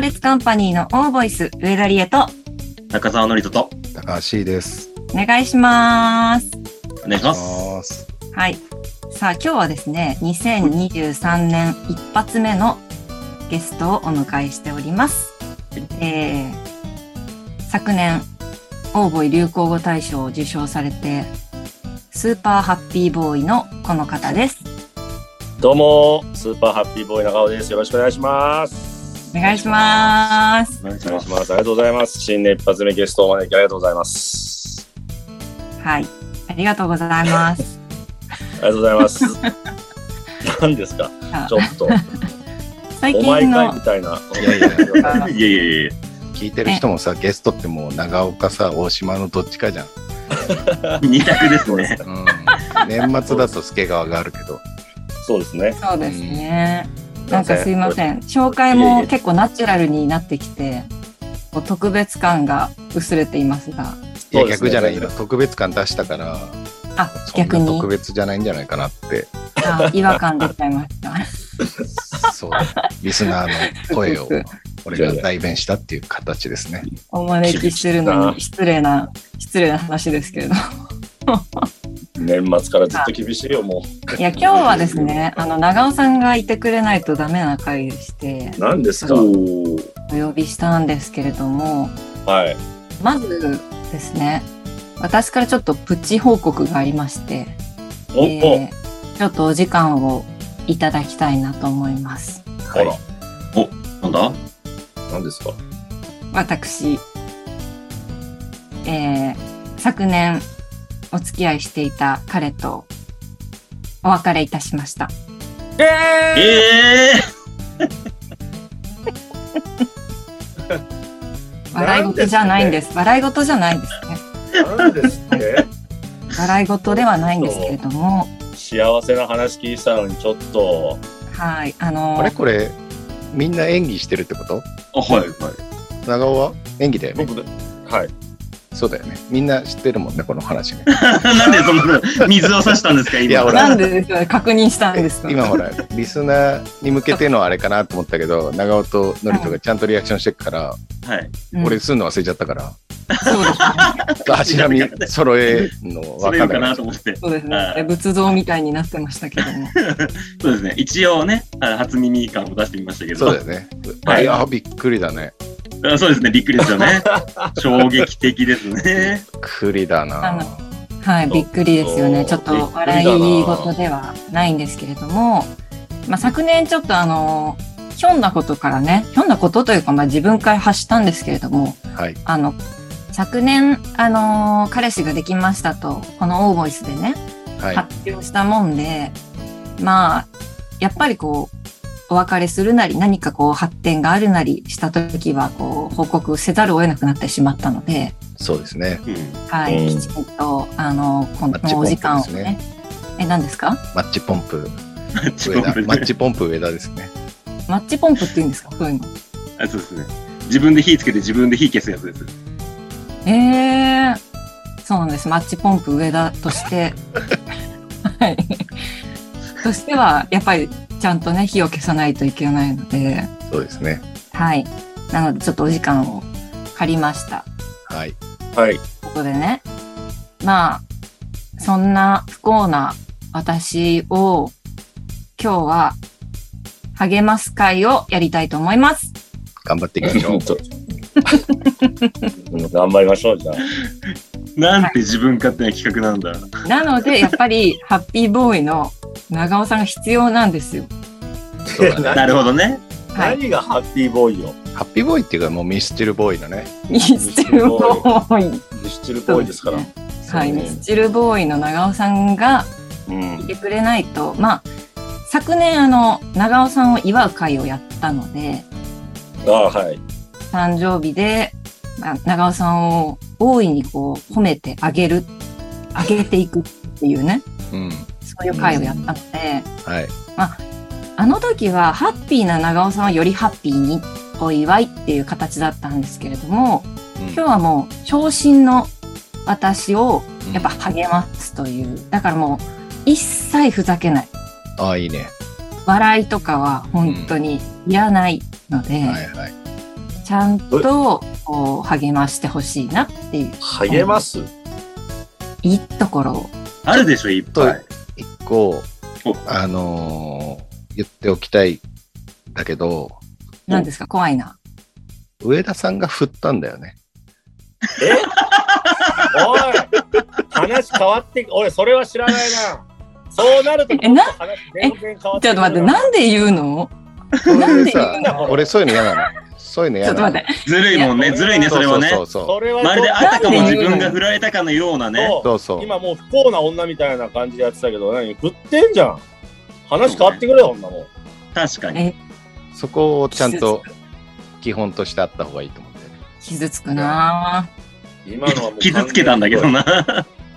レスカンパニーのオーボイス、上田理恵と、中澤のりとと、高橋です。お願いします。お願いします。ます。はい。さあ、今日はですね、2023年一発目のゲストをお迎えしております。えー、昨年、オーボイ流行語大賞を受賞されて、スーパーハッピーボーイのこの方です。どうも、スーパーハッピーボーイ中尾です。よろしくお願いします。お願いします。お願いしお願まいしす。ます。ありがとうございます。新年一発目ゲストをお招きありがとうございます。はい。ありがとうございます。ありがとうござ います。何ですかあちょっと、最お前近かいのみ、たいな。いやいあいえいえいえ。聞いてる人もさ、ゲストってもう長岡さ、大島のどっちかじゃん。二択ですね。うん、 年末だと助川があるけど。そうですね。そうですね。なんかすいません。紹介いえいもえ結構ナチュラルになってきて、こう特別感が薄れていますが。いや、そうです逆ねじゃない。今、特別感出したから、あ、そん逆なに特。別じゃないんじゃないかなって。あ違和感出ちゃいました。そう。リスナーの 声をすごく、俺が代弁したっていう形ですね。お招きするのに失礼な、失礼な話ですけれど。年末からずっと厳しいよ、もいや、今日はですね、あの、長尾さんがいてくれないとダメな回でして、う。 何ですかおーお呼びしたんですけれども、はい。まずですね、私からちょっとプチ報告がありまして、お、えーちょっとお時間をおいただきたいなと思います。お、あら、なんだ何ですか私、えー昨年お付き合いしていた彼とお別れいたしました。ええ笑い事じゃないんです。笑い事じゃないんですね。ー、何ですって笑い事ではないんですけれども、幸せな話聞いてたのに、ちょっと、はい、あのーあれこれ、みんな演技してるってことー、あ、はい、はい。長尾は演技だよね。僕、はい。そうだよね。みんな知ってるもんね、この話ね。 なんでそんな水を差したんですか、今。いやほらなんでですよ確認したんですか今ほらリスナーに向けてのあれかなと思ったけど長尾とノリトがちゃんとリアクションしてるから、はい。うん俺すんの忘れちゃったからそうですね。足並み揃えんのそ分れかよんなかいなと思って。そうですはね。い仏像みたいになってましたけども。そうですね。一応ね、あ初耳感を出してみましたけど。そうだよね、はいい、やびっくりだねあそうですね。びっくりですよ ね。衝撃的ですね。びっくりだなあはい、びっくりですよね。ちそょうっと笑い事ではないんですけれども、まあ、昨年ちょっとあの、ひょんなことからね、ひょんなことというか、まあ、自分から発したんですけれども、はいあの、昨年、あの、彼氏ができましたと、このオーボイスでね、はい発表したもんで、まあ、やっぱりこう、お別れするなり、何かこう、発展があるなりした時は、こう、報告せざるを得なくなってしまったので、そうですねうんはい、うんきちんと、あの、こマッチのポンおプ時間をですねね。え、何ですかマッチポンプ遅上刻田ですマッね。チポンプ上田ですねマッチポンプって言うんですかそういうの。あそうですね。自分で火つけて自分で火消すやつです。ええそうなんです。マッチポンプ上田として、 はい。としては、やっぱりちゃんとね、火を消さないといけないので、そうですねはい。なので、ちょっとお時間を借りました。はいはとい。いうことでね、まあ、そんな不幸な私を、今日は、励ます会をやりたいと思います。頑張っていきま しょううん頑張りましょう、じゃあ。なんて自分勝手な企画なんだ。なの で、やっぱり、ハッピーボーイの長尾さんが必要なんですよ。そうだねなるほどね。はい。何がハッピーボーイよ。ハッピーボーイっていうかもうミスチルボーイのねミスチルボーイ。ミスチルボーイですから。はい。そうミねスチルボーイの長尾さんがうんい。てくれないと、まあ、昨年、あの、長尾さんを祝う会をやったので、ああ、はい。誕生日で、まあ、長尾さんを大いにこう、褒めてあげる、あげていくっていうね、うんそういう会をやったので、はいあの時は、ハッピーな長尾さんはよりハッピーに、お祝いっていう形だったんですけれども、今日はもう、昇進の私を、やっぱ励ますという。だからもう、一切ふざけない。ああいいね笑いとかは本当にいらないので、はいはいちゃんとこう励ましてほしいなっていう、励ます。いいところを。あるでしょ、いっぱい。一個お、あのー言っておきたいんだけど、なんですか怖いな。上田さんが振ったんだよね。えおい話変わって、おい、それは知らないな。そうなると、えな話全然変わってちょっと待って、ななんで言うのなんで言うの俺そういうの嫌なの。そういうのちょ嫌っとな待のって。ずるいもんね、ずるいね、それはね。そうそうそそれはまるであそうたかも自分が振られたかのようなね。う。そうそう。今もう不幸な女みたいな感じでやってたけど、何振ってんじゃん。話変わってくれよ、女も。確かに。え、そこをちゃんと基本としてあった方がいいと思うんだよね。傷つくなぁ今のはもう傷つけたんだけどな。い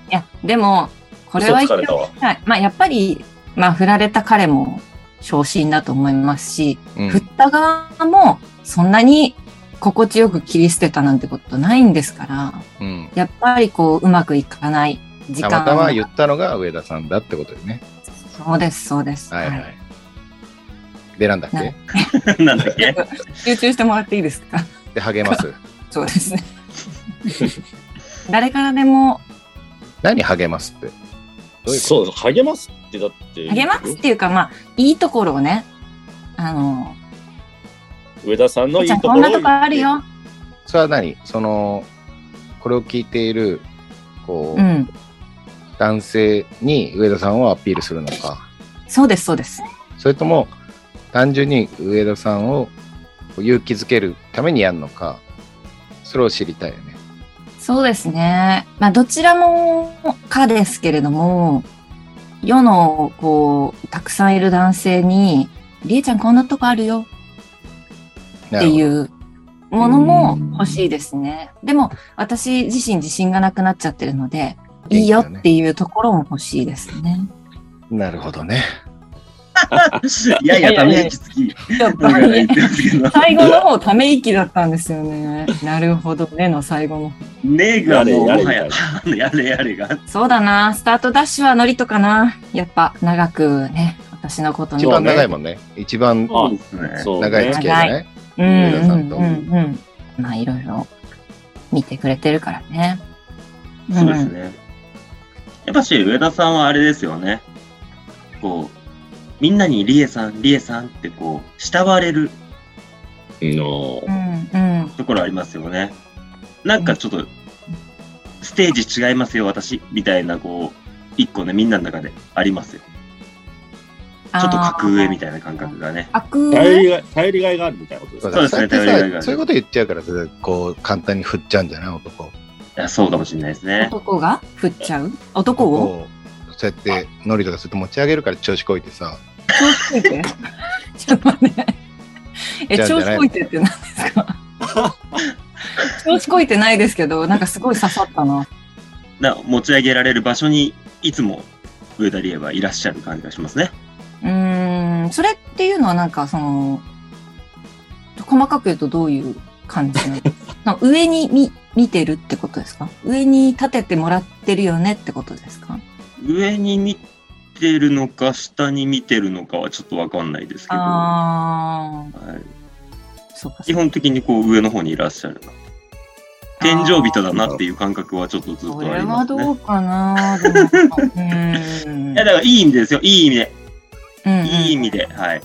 や、でも、これは嘘つ一かれたわ応、はい、まあやっぱり、まあ振られた彼も昇進だと思いますし、うん振った側もそんなに心地よく切り捨てたなんてことないんですから、うん。やっぱりこう、うまくいかない時た間がまたま言ったのが上田さんだってことよね。そうです、そうです。はいははいい。で、なんだっな けなんだっけ集中してもらっていいですかで、励ます。そうですね。誰からでも、何励ますって。どういうこそう、励ますってだって。励ますっていうか、まあ、いいところをね、あの、上田さんのいいちゃんところこをん言なって。とこあるよ。とそれは何その、これを聞いている、こうう、ん。男性に上田さんをアピールするのか、そうです、そうです。それとも単純に上田さんを勇気づけるためにやるのか、それを知りたいよね。そうですね。まあ、どちらもかですけれども、世の、こう、たくさんいる男性に、りえちゃんこんなとこあるよっなてるほいどうものも欲しいですね。でも、私自身自信がなくなっちゃってるので、いいよっていうところも欲しいですね。なるほどね。いやいや、ため息つ き。ちょっと言ってますけど。最後の方、ため息だったんですよね。なるほどねの最後の方。ねえやがれもう、やもれはやや、やれやれが。そうだな。スタートダッシュはノリとかな。やっぱ長くね、私のこと一に。番長いもんね。一番あですれ。ねそうね長い付き合いだね。うん上う田んさうんとんうん。まあいろいろ見てくれてるからね。うんそうですね。やっぱし、上田さんはあれですよね。こう、みんなにリエさん、リエさんってこう、慕われるのうんうん。ところありますよね。なんかちょっと、ステージ違いますよ、私、みたいな、こう、一個ね、みんなの中でありますよ。ちょっと格上みたいたいな感覚がね。な。格頼上りがい頼りがいがあるみたいなことですそうね。ですねだって頼りがさいそういうこと言っちゃうからさ、こう、簡単に振っちゃうんじゃない男。いやそうかもしれないですね。男が振っちゃう男をこうそうやって、ノリとかすると持ち上げるから調子こいてさ、調子こいて。 ちょっと待って。え、じゃあ調子こいてって何ですか調子こいてないですけど、なんかすごい刺さったな。な持ち上げられる場所に、いつも上田理恵はいらっしゃる感じがしますね。うーん、それっていうのはなんかその、細かく言うとどういう感じ なのなんか上に見見てるってことですか上に立ててもらってるよねってことですか上に見てるのか、下に見てるのかはちょっとわかんないですけあど。あ、はいそうか。基本的にこう上の方にいらっしゃるな。天井人だなっていう感覚はちょっとずっそとれありまはすどね。うかなでもうーん いやだからいい意味ですよ。いい意味で。うんうんいい意味で。はい。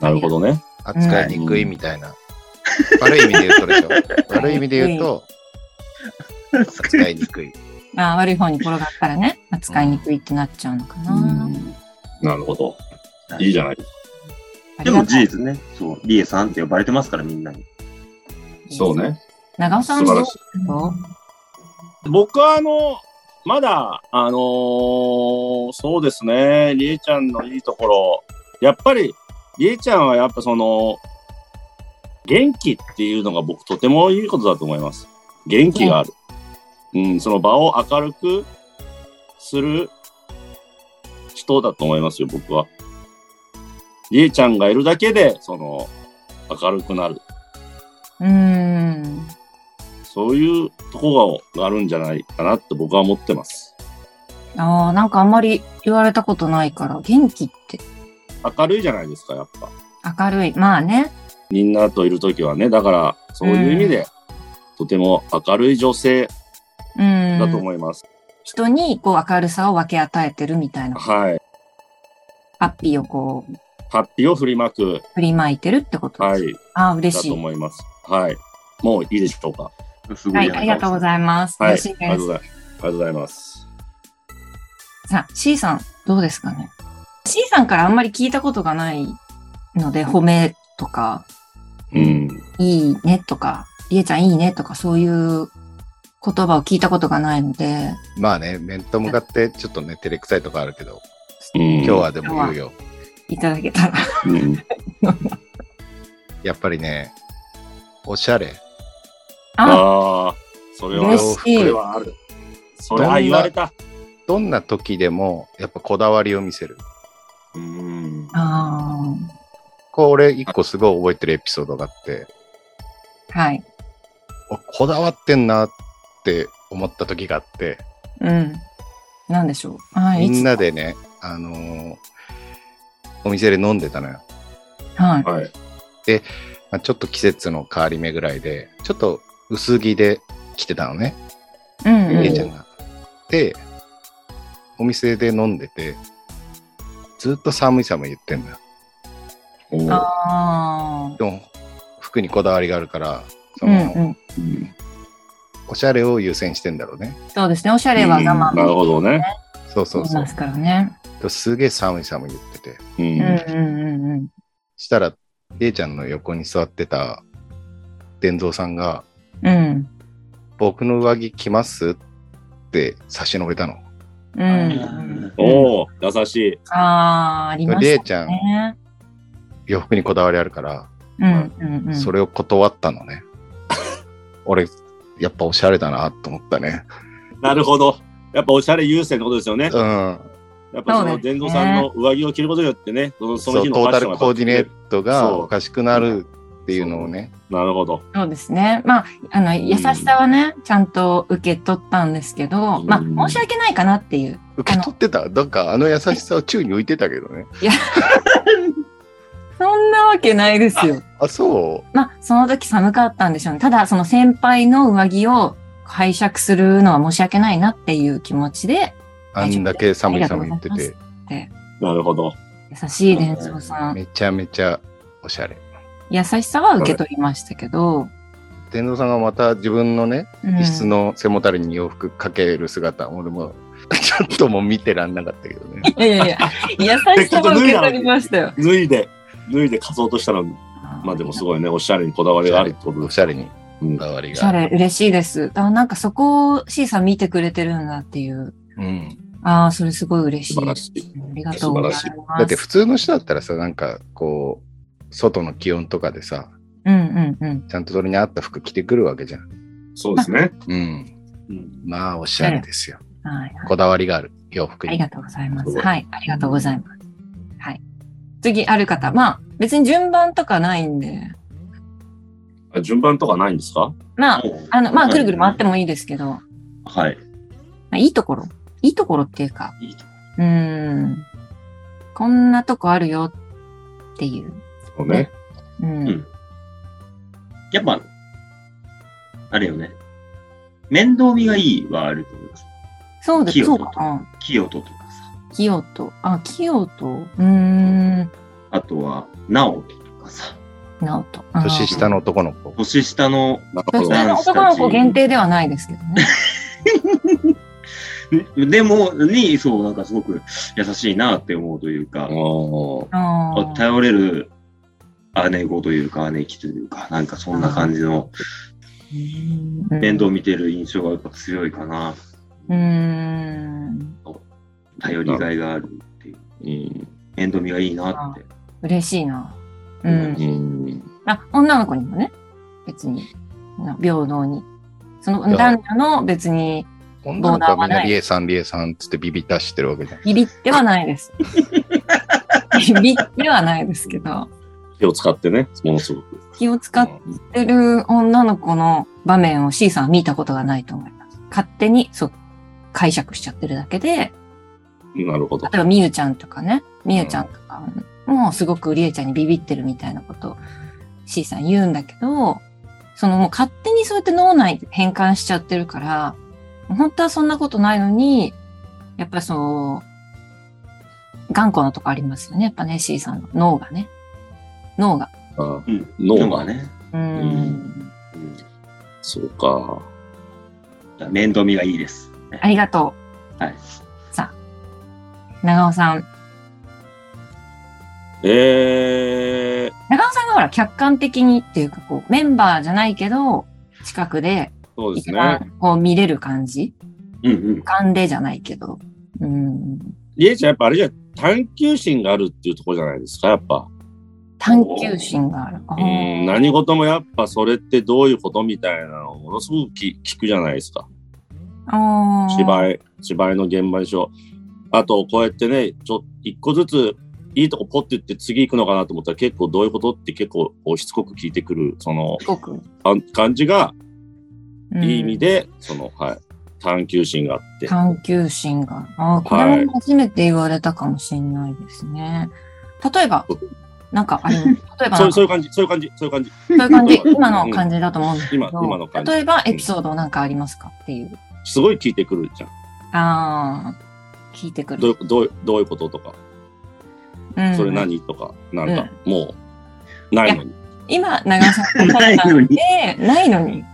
なるほどね。扱いにくいみたいな。悪い意味で言うとでしょ。悪い意味で言うと、扱いにくい。あー悪い方に転がったらね、まあ使いにくいってなっちゃうのかな。なるほど。はいいいじゃないですか。あでりがもとう事実ね、そう、リエさんって呼ばれてますからみんなに。そうね。。長尾さん素晴どらうしいぞ僕はあの、まだ、あのーそうですね、りえちゃんのいいところ、やっぱり、りえちゃんはやっぱその、元気っていうのが僕とてもいいことだと思います。元気がある。うん、その場を明るくする人だと思いますよ、僕は。りえちゃんがいるだけで、その、明るくなる。うーん。そういうとこがあるんじゃないかなって僕は思ってます。ああ、なんかあんまり言われたことないから、元気って明るいじゃないですか、やっぱ。明るい。まあね。みんなといる時はね、だから、そういう意味で、とても明るい女性うだん。と思います。人にこう明るさを分け与えてるみたいな、はい。ハッピーをこうハッピーを振りまく、振りまいてるってことではす。い、ああ、嬉しだとい。思います。はい。もういいでしょうか。すごはいい、なありがとうございます。はい。あ嬉しりいがでとうすご。ざいます。ありがとうございます。さあ、C さん、どうですかね ?C さんからあんまり聞いたことがないので、褒めとか、うん。いいねとか、りえちゃんいいねとか、そういう言葉を聞いたことがないので、まあね、面と向かってちょっとね、照れくさいとかあるけど、うん今日はでも言うよ。いただけたら。うん。やっぱりね、おしゃれ。あ、ああ、それは、嬉そし洋いれ服。はある。それは言われた。どんな時でも、やっぱこだわりを見せる。うん。あこれ俺一個すごい覚えてるエピソードがあって、ーはい。あこだわってんなって思った時があって、うん。なんでしょう。はい、みいつんなでね、あのーお店で飲んでたのよ。はい。はい。まあ、ちょっと季節の変わり目ぐらいで、ちょっと薄着で来てたのね、うん、うんりえちゃんが。で、お店で飲んでて、ずっと寒い寒い言ってんだよ。おーあでも、服にこだわりがあるから、ーそうんうの、ん。うんおしゃれを優先してんだろうね。そうですね。おしゃれは我なる慢ほどね。そうそうしそうま。すからね。すげえ寒い寒い言ってて。ううんん。うんうんうん。したら、りえちゃんの横に座ってた、伝蔵さんが、うん。僕の上着着ますって差し伸べたの。うんうん。おお、優しい。ああ、ありまりえしちゃたん、ね。洋服にこだわりあるから、うんうんうん。それを断った のね。俺、やっぱおしゃれだなと思ったね。なるほど。やっぱおしゃれ優先のことですよね。うん。やっぱそそのうですね伝道さんの上着を着ることによってね、そのそそのう日のトータフルァッションがコーディネートがそうおかしくなるっていうのをね。なるほど。そうですね。まあ、あの、優しさはね、ちゃんと受け取ったんですけど、まうんあ、申し訳ないかなっていう。受け取ってたなんかあの優しさを宙に浮いてたけどね。そんなわけないですよ。あ、そまあ、その時寒かったんでしょうね。ただ、その先輩の上着を拝借するのは申し訳ないなっていう気持ちで、うあんだけ寒い寒い言ってありがて、なるほど。優しい伝蔵さん。めちゃめちゃおしゃれ。優しさは受け取りましたけど、天童さんがまた自分のね、うん椅子の背もたれに洋服かける姿、俺もちょっともう見てらんなかったけどね。い やいやいや、優しさは受け取りましたよ。脱いで、脱いで貸そうとしたら、 まあでもすごいね、おしゃれにこだわりがあるってことおです。しゃれにうんこだわりおしゃが。れ、嬉しいです。だからなんかそこを C さん見てくれてるんだっていう。うん。ああ、それすごい嬉しい。素晴らしい。ありがとうございます。だって普通の人だったらさ、なんかこう、外の気温とかでさ、うんうんうん。ちゃんとそれに合った服着てくるわけじゃん。そうですね。うん。うんまあ、おしゃれですよ。はい、はい。こだわりがある、洋服ありに。がとうございますす。ごいはい、ありがとうございます。はい。次ある方。まあ、別に順番とかないんで。あ順番とかないんですかまあ、あの、まあ、ぐるぐる回っても。もいいですけど、まはい。あ、いいところ。いいところっていうか、いいとこうーん。こんなとこあるよっていう。そうね。うん。うんやっぱ、あれよね。面倒見がいいはあると思います。そうです。清そ人うかな。清人とかさ。キヨと。あ、キヨと。うーん。あとは、直人とかさ。ナオト。年下の男の子。年下の、なる女ほど。性の男の子限定ではないですけどね。でも、に、そう、なんかすごく優しいなって思うというか、おーああ頼れる姉子というか、姉貴というか、なんかそんな感じのー面倒見てる印象がやっぱ強いかな。うーん。頼りがいがあるっていう。うん面倒見がいいなって。嬉しいな。ううんん。うんあ、女の子にもね、別に、な平等に。そのや男女の別に、女の子はみボーんダーはなないリエさん、リエさんっつってビビたしてるわけじゃん。ビビってはないです。ビビってはないですけど、手を使ってね、ものすごく。気を使ってる女の子の場面を C さんは見たことがないと思います。勝手に、そう、解釈しちゃってるだけで、なるほど。例えばみゆちゃんとかね、みゆちゃんとか、もうすごくりえちゃんにビビってるみたいなことを C さん言うんだけど、そのもう勝手にそうやって脳内で変換しちゃってるから、本当はそんなことないのに、やっぱりそう、頑固なとこありますよね。やっぱね、C さんの脳がね。脳が。あうん。脳のががね。うん。うんうんそうか。だから面倒見がいいです。ありがとはい。う。長尾さん。えー、長尾さんがほら、客観的にっていうか、こう、メンバーじゃないけど、近くで、そうです一ね。番こう見れる感じうんうん。勘でじゃないけど。うん。りえちゃん、やっぱあれじゃ探求心があるっていうところじゃないですか、やっぱ。探求心がある。あうーん、何事もやっぱそれってどういうことみたいなのをものすごくき聞くじゃないですか。あー。芝居、芝居の現場にしろ。あと、こうやってね、ちょ、一個ずつ、いいとこポッて言って次行くのかなと思ったら結構どういうことって結構こうしつこく聞いてくる、そのすごく。かん感じがうんいい意味で、その、はい、探求心があって。探求心が。ああ、これも初めて言われたかもしれないですね。例えば、なんかあ ります例えばそなんか、うそうそいう感じ、そういう感じ、そういう感じ。ういう感じ、そう今の感じだと思うんですけど、今今の感じ例えばエピソードなんかありますかっていう。すごい聞いてくるじゃん。ああ、聞いてくどういる。うどういうどういうこととか、うんそれ何とか、なんか、もう、ないのに。今、長尾さん が答えたんで、ないのに。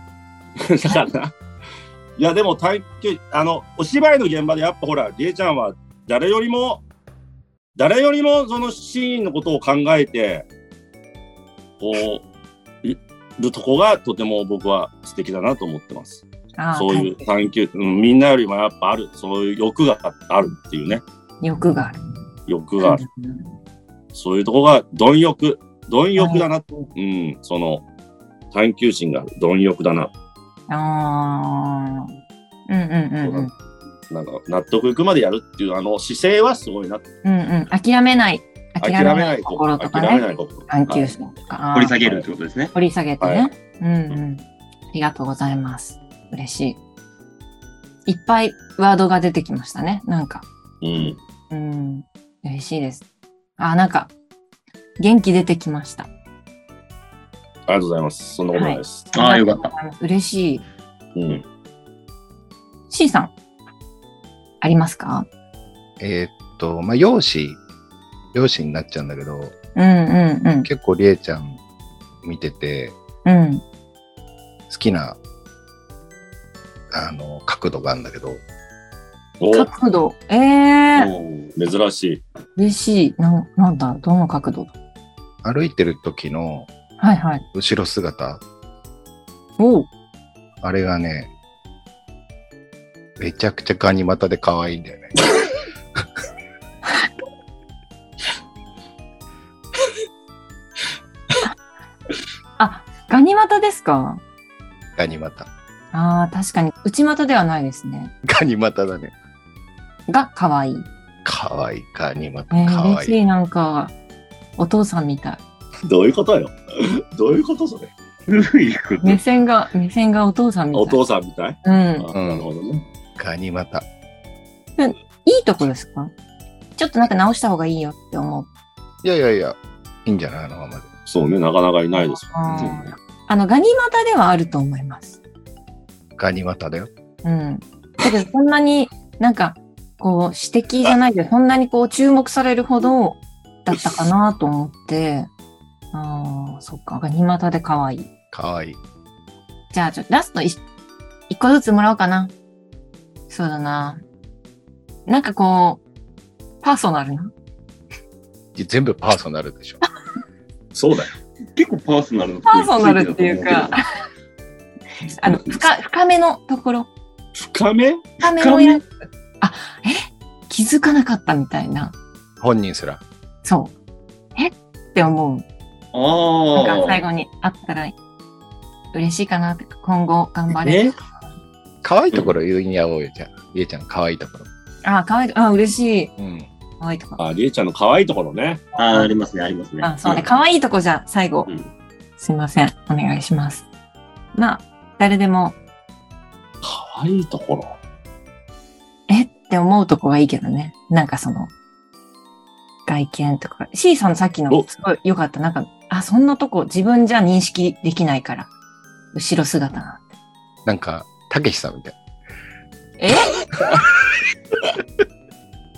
だから、いや、でも、探求、あの、お芝居の現場で、やっぱほら、りえちゃんは、誰よりも、誰よりも、そのシーンのことを考えて、こう、いるとこが、とても僕は素敵だなと思ってます。ああそういう探求、うん、みんなよりもやっぱある、そういう欲があるっていうね、欲がある。欲がある。そういうとこが、貪欲、貪欲だなと。うん、その、探求心がある、貪欲だな。ああ、うんうんうんうん。なんか、納得いくまでやるっていう、あの、姿勢はすごいな。うんうん、諦めない。諦諦めめなないい心と心。諦かめね。ない心。探求はい心とか。あー掘り下げるってことですね。掘り下げてね。はうんうん。ありがとうございます。嬉しい。いっぱいワードが出てきましたね。なんか。うん。うん。嬉しいです。あ、なんか、元気出てきました。ありがとうございます。そんなことないです。ああ、よかった。た。嬉しい。うん。 C さん、ありますかえーっと、まあ、容姿、容姿になっちゃうんだけど、うんうんうん。結構りえちゃん見てて、うん。好きな、あの、角度があるんだけど、お、角度。ええー、おー珍しい。嬉しい。なん、なんだどの角度だ歩いてる時のはいはい。後ろ姿、おう。あれがね、めちゃくちゃガニ股で可愛いんだよね。あ、ガニ股ですかガニ股。ああ、確かに。内股ではないですね。ガニ股だね。が、可愛いい。可愛いガニ股。えー、可嬉愛しいい。なんか、お父さんみたい。どういうことよ。 どういうことそれ。どういうこと目線が、目線がお父さんみたい。お父さんみたい。うん。あなるほどね。ガニ股。いいとこですかちょっとなんか直した方がいいよって思う。いやいやいや、いいんじゃないあのままで。そうね、なかなかいないです。あそうーねあの、ガニ股ではあると思います。ガニ股だよ。うん。だけど、そんなになんか、こう、指摘じゃないけど、そんなにこう、注目されるほどだったかなと思って、ああ、そっか、ガニ股で可愛い。可愛いじゃあ、ちょっとラスト一一個ずつもらおうかな。そうだな。なんかこう、パーソナルな。いや全部パーソナルで しょ。そうだよ。結構パーソナルなパーソナルっていうか、あの、深、深めのところ。深め深めのやつ。あ、え気づかなかったみたいな。本人すら。そう。えって思う。あなんか最あ。後にあったら嬉しいかなって、今後頑張れる。可愛いところ言い合おうよ、じゃあ。りえちゃん、可愛いところ。あ、可愛い。あ、嬉しい。うん。可愛いとこ。あ、りえちゃんの可愛いところね。あーありますね、ありますね。あ、そうね。可愛いとこじゃ、最後。うんすいません。お願いします。まあ、誰でも、可愛いところ。えって思うとこがいいけどね。なんかその、外見とか。C さんのさっきのおすごい良かった。なんかあ、そんなとこ自分じゃ認識できないから。後ろ姿なんて。なんか、たけしさんみたい。え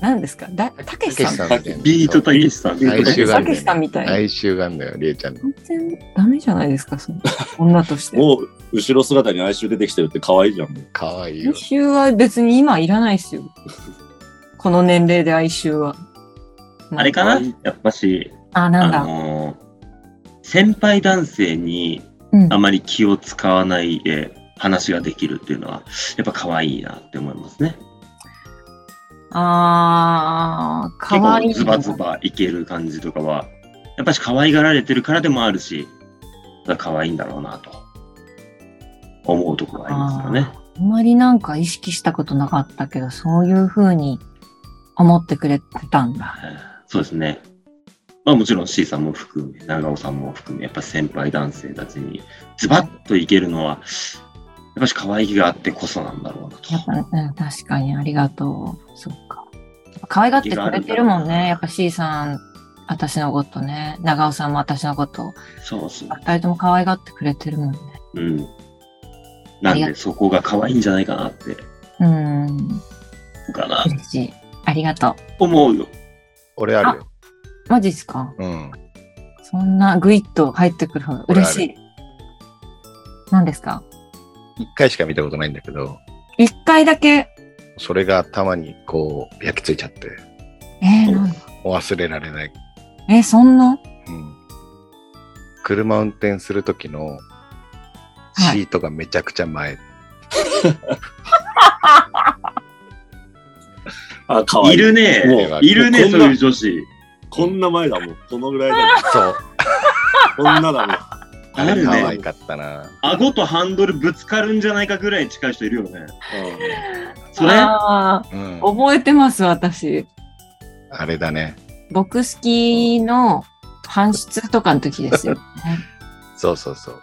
何ですかだ、たけしさんたけしさんみたいなビートたけしさん。そう哀愁があたるんだけよしさんみたいな。な。哀愁があるんだよ、りえちゃんの。全然ダメじゃないですか、その女と して。もう、後ろ姿に哀愁出てきてるって可愛いじゃん。もうかわいい哀よ。愁は別に今いらないですよ。この年齢で哀愁は。 あれかなやっぱし、あ、なあんだ。のー先輩男性にうんあまり気を使わないで話ができるっていうのは、やっぱ可愛いなって思いますね。あー、か結わいい。構ズバズバいける感じとかは、やっぱし可愛がられてるからでもあるし、可愛いんだろうなと思うところがありますよね。あんまりなんか意識したことなかったけど、そういうふうに思ってくれてたんだ。そうですね。まあもちろん C さんも含め、長尾さんも含め、やっぱ先輩男性たちにズバッといけるのは、やっぱし可愛げがあってこそなんだろうなとや。っぱ、うん、確かにありがとう。そっか。やっぱ可愛がってくれてるもんね。やっぱ C さん、私のことね。長尾さんも私のこと。そうそう。二人とも可愛がってくれてるもんね。うん。なんでそこが可愛いんじゃないかなって、うん。かな、嬉しい。ありがと思うよ。俺あるよ。う。マジっすかうん。そんなグイッと入ってくる方が嬉しい。何ですか一回しか見たことないんだけど、一回だけ。それが頭にこう、焼き付いちゃって、えー、うんなんだ忘れられない。えーそんなうん。車運転する時のシートがめちゃくちゃ前。あ、可愛い。いるねもう。いるね、こんそなういう女子。こんな前だもん。このぐらいだもん。そう。こんなだもん。ああれる可ね愛。かったな。顎とハンドルぶつかるんじゃないかぐらい近い人いるよね。うそれあうんー。覚えてます、私。あれだね。ボクスキーの搬出とかの時です よ、ね。そうそうそう。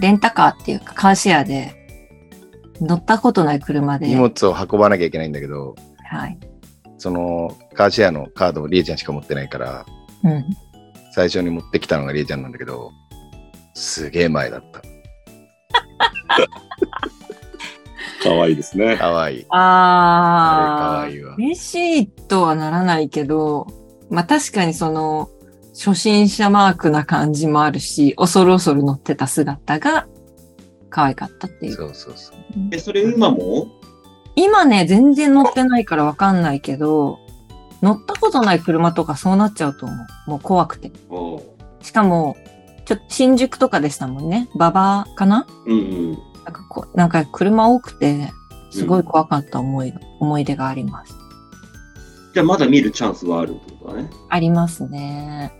レンタカーっていうか、カーシェアで、乗ったことない車で、荷物を運ばなきゃいけないんだけど、はい。そのカーシェアのカードをりえちゃんしか持ってないから、うん。最初に持ってきたのがりえちゃんなんだけど、すげえ前だった。ん。可愛いですね。かわいい。ああれかわいいわ。嬉しいとはならないけど、まあ確かにその、初心者マークな感じもあるし、恐る恐る乗ってた姿が可愛かったっていう。そうそうそう。え、それ今も今ね、全然乗ってないからわかんないけど、乗ったことない車とかそうなっちゃうと思う。もう怖くて。おうしかも、ちょっと新宿とかでしたもんね。ババアかなうんうん。なんかこう、なんか車多くて、すごい怖かった思い、思い出があります。じゃあまだ見るチャンスはあるってことだね。ありますね。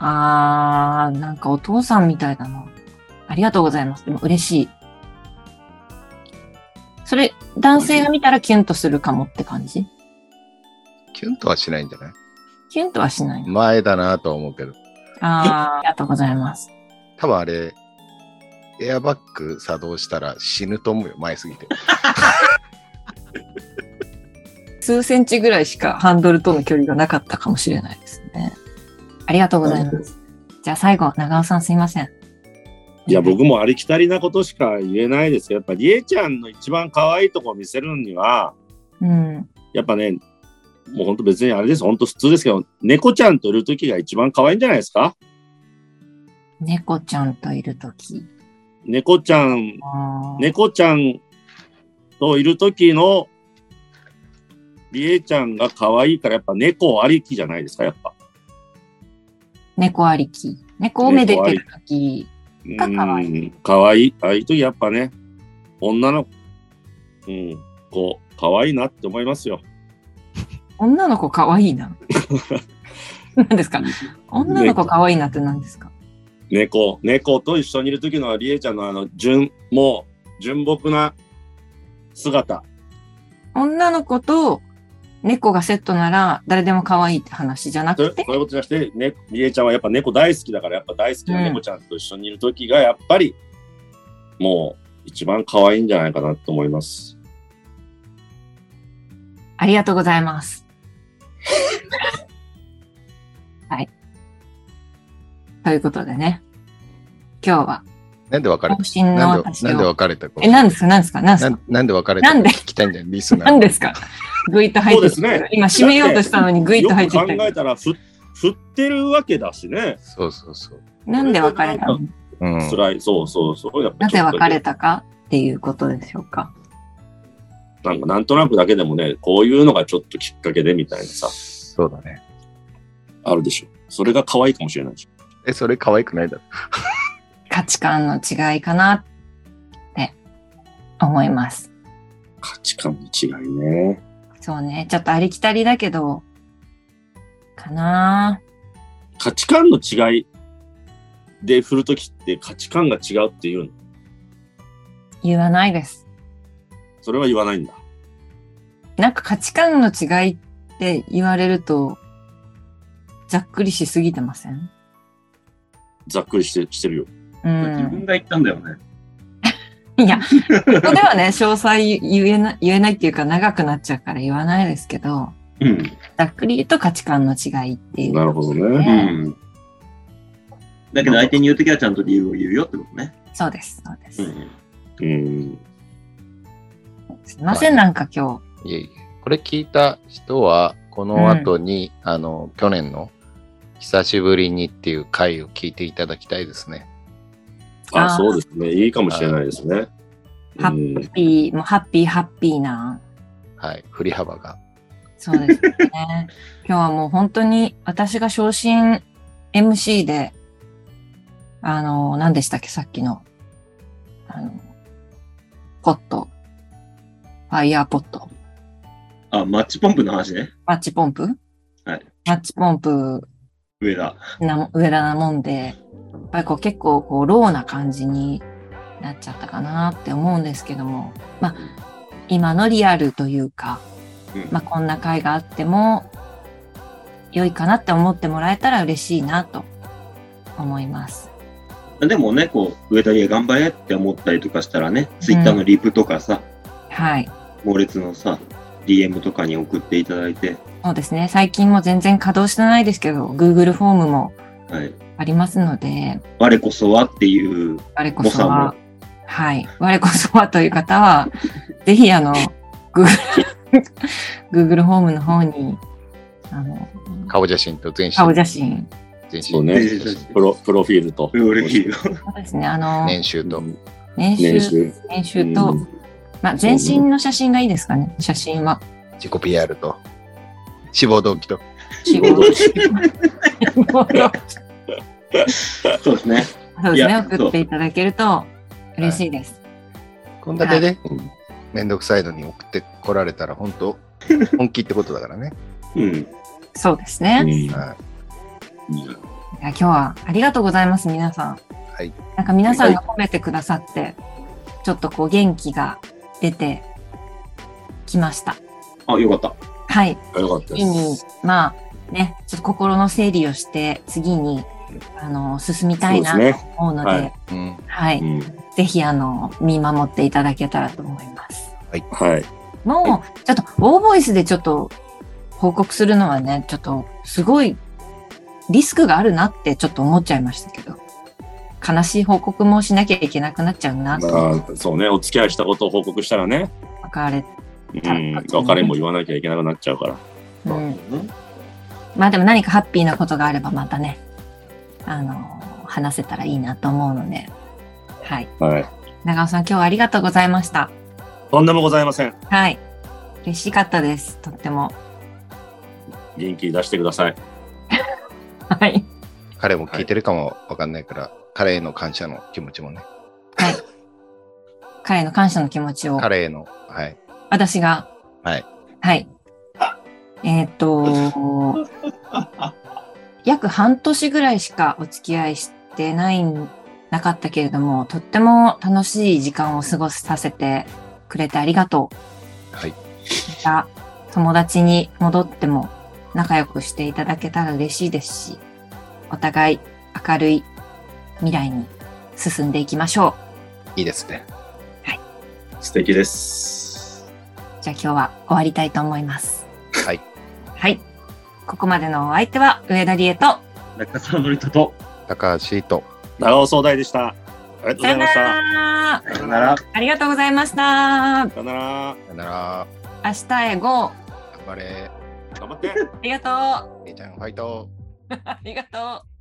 あー、なんかお父さんみたいだな。ありがとうございます。でも嬉しい。それ、男性が見たらキュンとするかもって感じキュンとはしないんじゃないキュンとはしない。前だなとは思うけど。あー、ありがとうございます。多分あれ、エアバッグ作動したら死ぬと思うよ、前すぎて。 数センチぐらいしかハンドルとの距離がなかったかもしれないですね。ありがとうございます。じゃあ最後、長尾さんすいません。いや、僕もありきたりなことしか言えないですよ。やっぱりえちゃんの一番可愛いとこを見せるには、うん。やっぱね、もう本当別にあれです。本当普通ですけど、猫ちゃんといる時が一番可愛いんじゃないですか猫ちゃんといるとき。猫ちゃん、あー猫ちゃんといる時の、りえちゃんが可愛いから、やっぱ猫ありきじゃないですか、やっぱ。猫ありき。猫をめでてるとき。が可愛い。可愛い。ああいう時やっぱね、女の子、うん、こう、可愛いなって思いますよ。女の子かわいいな。何ですか女の子かわいいなって何ですか猫、猫と一緒にいる時のりえちゃんのあの、純、もう、純朴な姿。女の子と猫がセットなら誰でもかわいいって話じゃなそうくそういてう、ことじゃなくて、ね、りえちゃんはやっぱ猫大好きだから、やっぱ大好きな猫ちゃんと一緒にいる時が、やっぱり、もう、一番可愛いんじゃないかなと思います。ありがとうござい ます。はい。ということでね。今日は、なんで別れ更た新のなんで私なんでを。別れたえ、何ですか何ですか何ですなかんなんで別れたなんかで聞きたいんだよ、リスナー。何ですかグイッと入ってきてそうですね今締めようとしたのにグイッよと入っくて考きた。えたら、ふ、振ってるわけだしね。そうそうそう。なんで別れたのうん、辛い。そうそうそう。やっぱなちぜょっとね別れたかっていうことでしょうか。なんかなんとなくだけでもね、こういうのがちょっときっかけでみたいなさ、そうだね。あるでしょ。それが可愛いかもしれないし。え、それ可愛くないだろ。価値観の違いかなって思います。価値観の違いね。そうね。ちょっとありきたりだけど、かな価値観の違いで振るときって価値観が違うっていうの。言わないです。それは言わないんだ。なんか価値観の違いって言われると、ざっくりしすぎてませんざっくりしてしてるよ。う自ん。分が言ったんだよね。いや、ここではね、詳細言えな、言えないっていうか長くなっちゃうから言わないですけど、うん。ざっくり言うと価値観の違いっていう。なるほどねうん。だけど相手に言うときはちゃんと理由を言うよってことね。そうです、そうです。うん。うん。すいません、なんか今日。いえいえ。これ聞いた人は、この後に、あの、去年の、久しぶりにっていう回を聞いていただきたいですね。ああーそうですね。いいかもしれないですね。うハん。ッピー、もうハッピーハッピーな。はい。振り幅が。そうです ね。今日はもう本当に私が昇進 MC で、あの、何でしたっけ、さっきの、あの、ポット、ファイヤーポット、あ、マッチポンプの話ね。マッチポンプはい。マッチポンプ上田。な、上田なもんで、やっぱりこう結構こう、ローな感じになっちゃったかなって思うんですけども、まあ、今のリアルというか、うん。まあ、こんな会があっても良いかなって思ってもらえたら嬉しいなと思います。でもね、こう、上田理恵頑張れって思ったりとかしたらね、ツイッターのリプとかさ、はい。猛烈のさ、DM とかに送っていただいて、そうですね。最近も全然稼働してないですけど、Google フォームもはい。ありますので、我こそはっていう、我こそ誤は、はい。我こそはという方は、 ぜひあの、Google、Google フォームの方に、あの、顔写真と全身。顔写真。全身。そうね全身写真プロ、プロフィールと。プロレビューをそうですね。あの、年収と。年収、年収。年収と、うんまあ、全身の写真がいいですかね。写真は。自己 PR と。志望動機と。志望動機。 志望動機そうですね。そうですいね。や送っていただけると嬉しいです。こんだけねうん、めんどくさいのに送ってこられたら、本 当本気ってことだからね。うん。そうですね。うんはいや今日はありがとうございます、皆さん。はいなんか皆さんが褒めてくださって、ちょっとこう元気が出てきました。あ、よかった。はい。ん。よかった次でにす。、まあ、ね、ちょっと心の整理をして、次に、あの、進みたいなそうとです思うので、ははいい、うん。うはいん。ぜひ、あの、見守っていただけたらと思います。はい。もう、ちょっと、大ボイスでちょっと、報告するのはね、ちょっと、すごい、リスクがあるなってちょっと思っちゃいましたけど、悲しい報告もしなきゃいけなくなっちゃうな、まとあ、そうね。お付き合いしたことを報告したらね。分かれ、うん。別れも言わなきゃいけなくなっちゃうから。うん。うんまあでも何かハッピーなことがあればまたね、あの、話せたらいいなと思うので、はい。はい。長尾さん、今日はありがとうございました。とんでもございません。はい。嬉しかったです。とっても。元気出してください。はい。彼も聞いてるかもわかんないから、彼への感謝の気持ちもね。彼への感謝の気持ちを、彼への、はい。私が、はい。はい。えーっ、 と、約半年ぐらいしかお付き合いしてない、なかったけれども、とっても楽しい時間を過ごさせてくれてありがとう。はい。また友達に戻っても仲良くしていただけたら嬉しいですし、お互い明るい未来に進んでいきましょいいですね。素敵です。う。じゃあ今日は終わりたいと思います。はい。はい。ここまでのお相手は上田理恵と中澤のりとと、高橋と。長尾総大でした。ありがとうごさざいよましなた。ら。さよなら。ありがとうございました。さよなら。さよなら。明日へ GO。あ頑張れ。頑張って。りがとう。姉ちゃん、ファイト。ありがとう。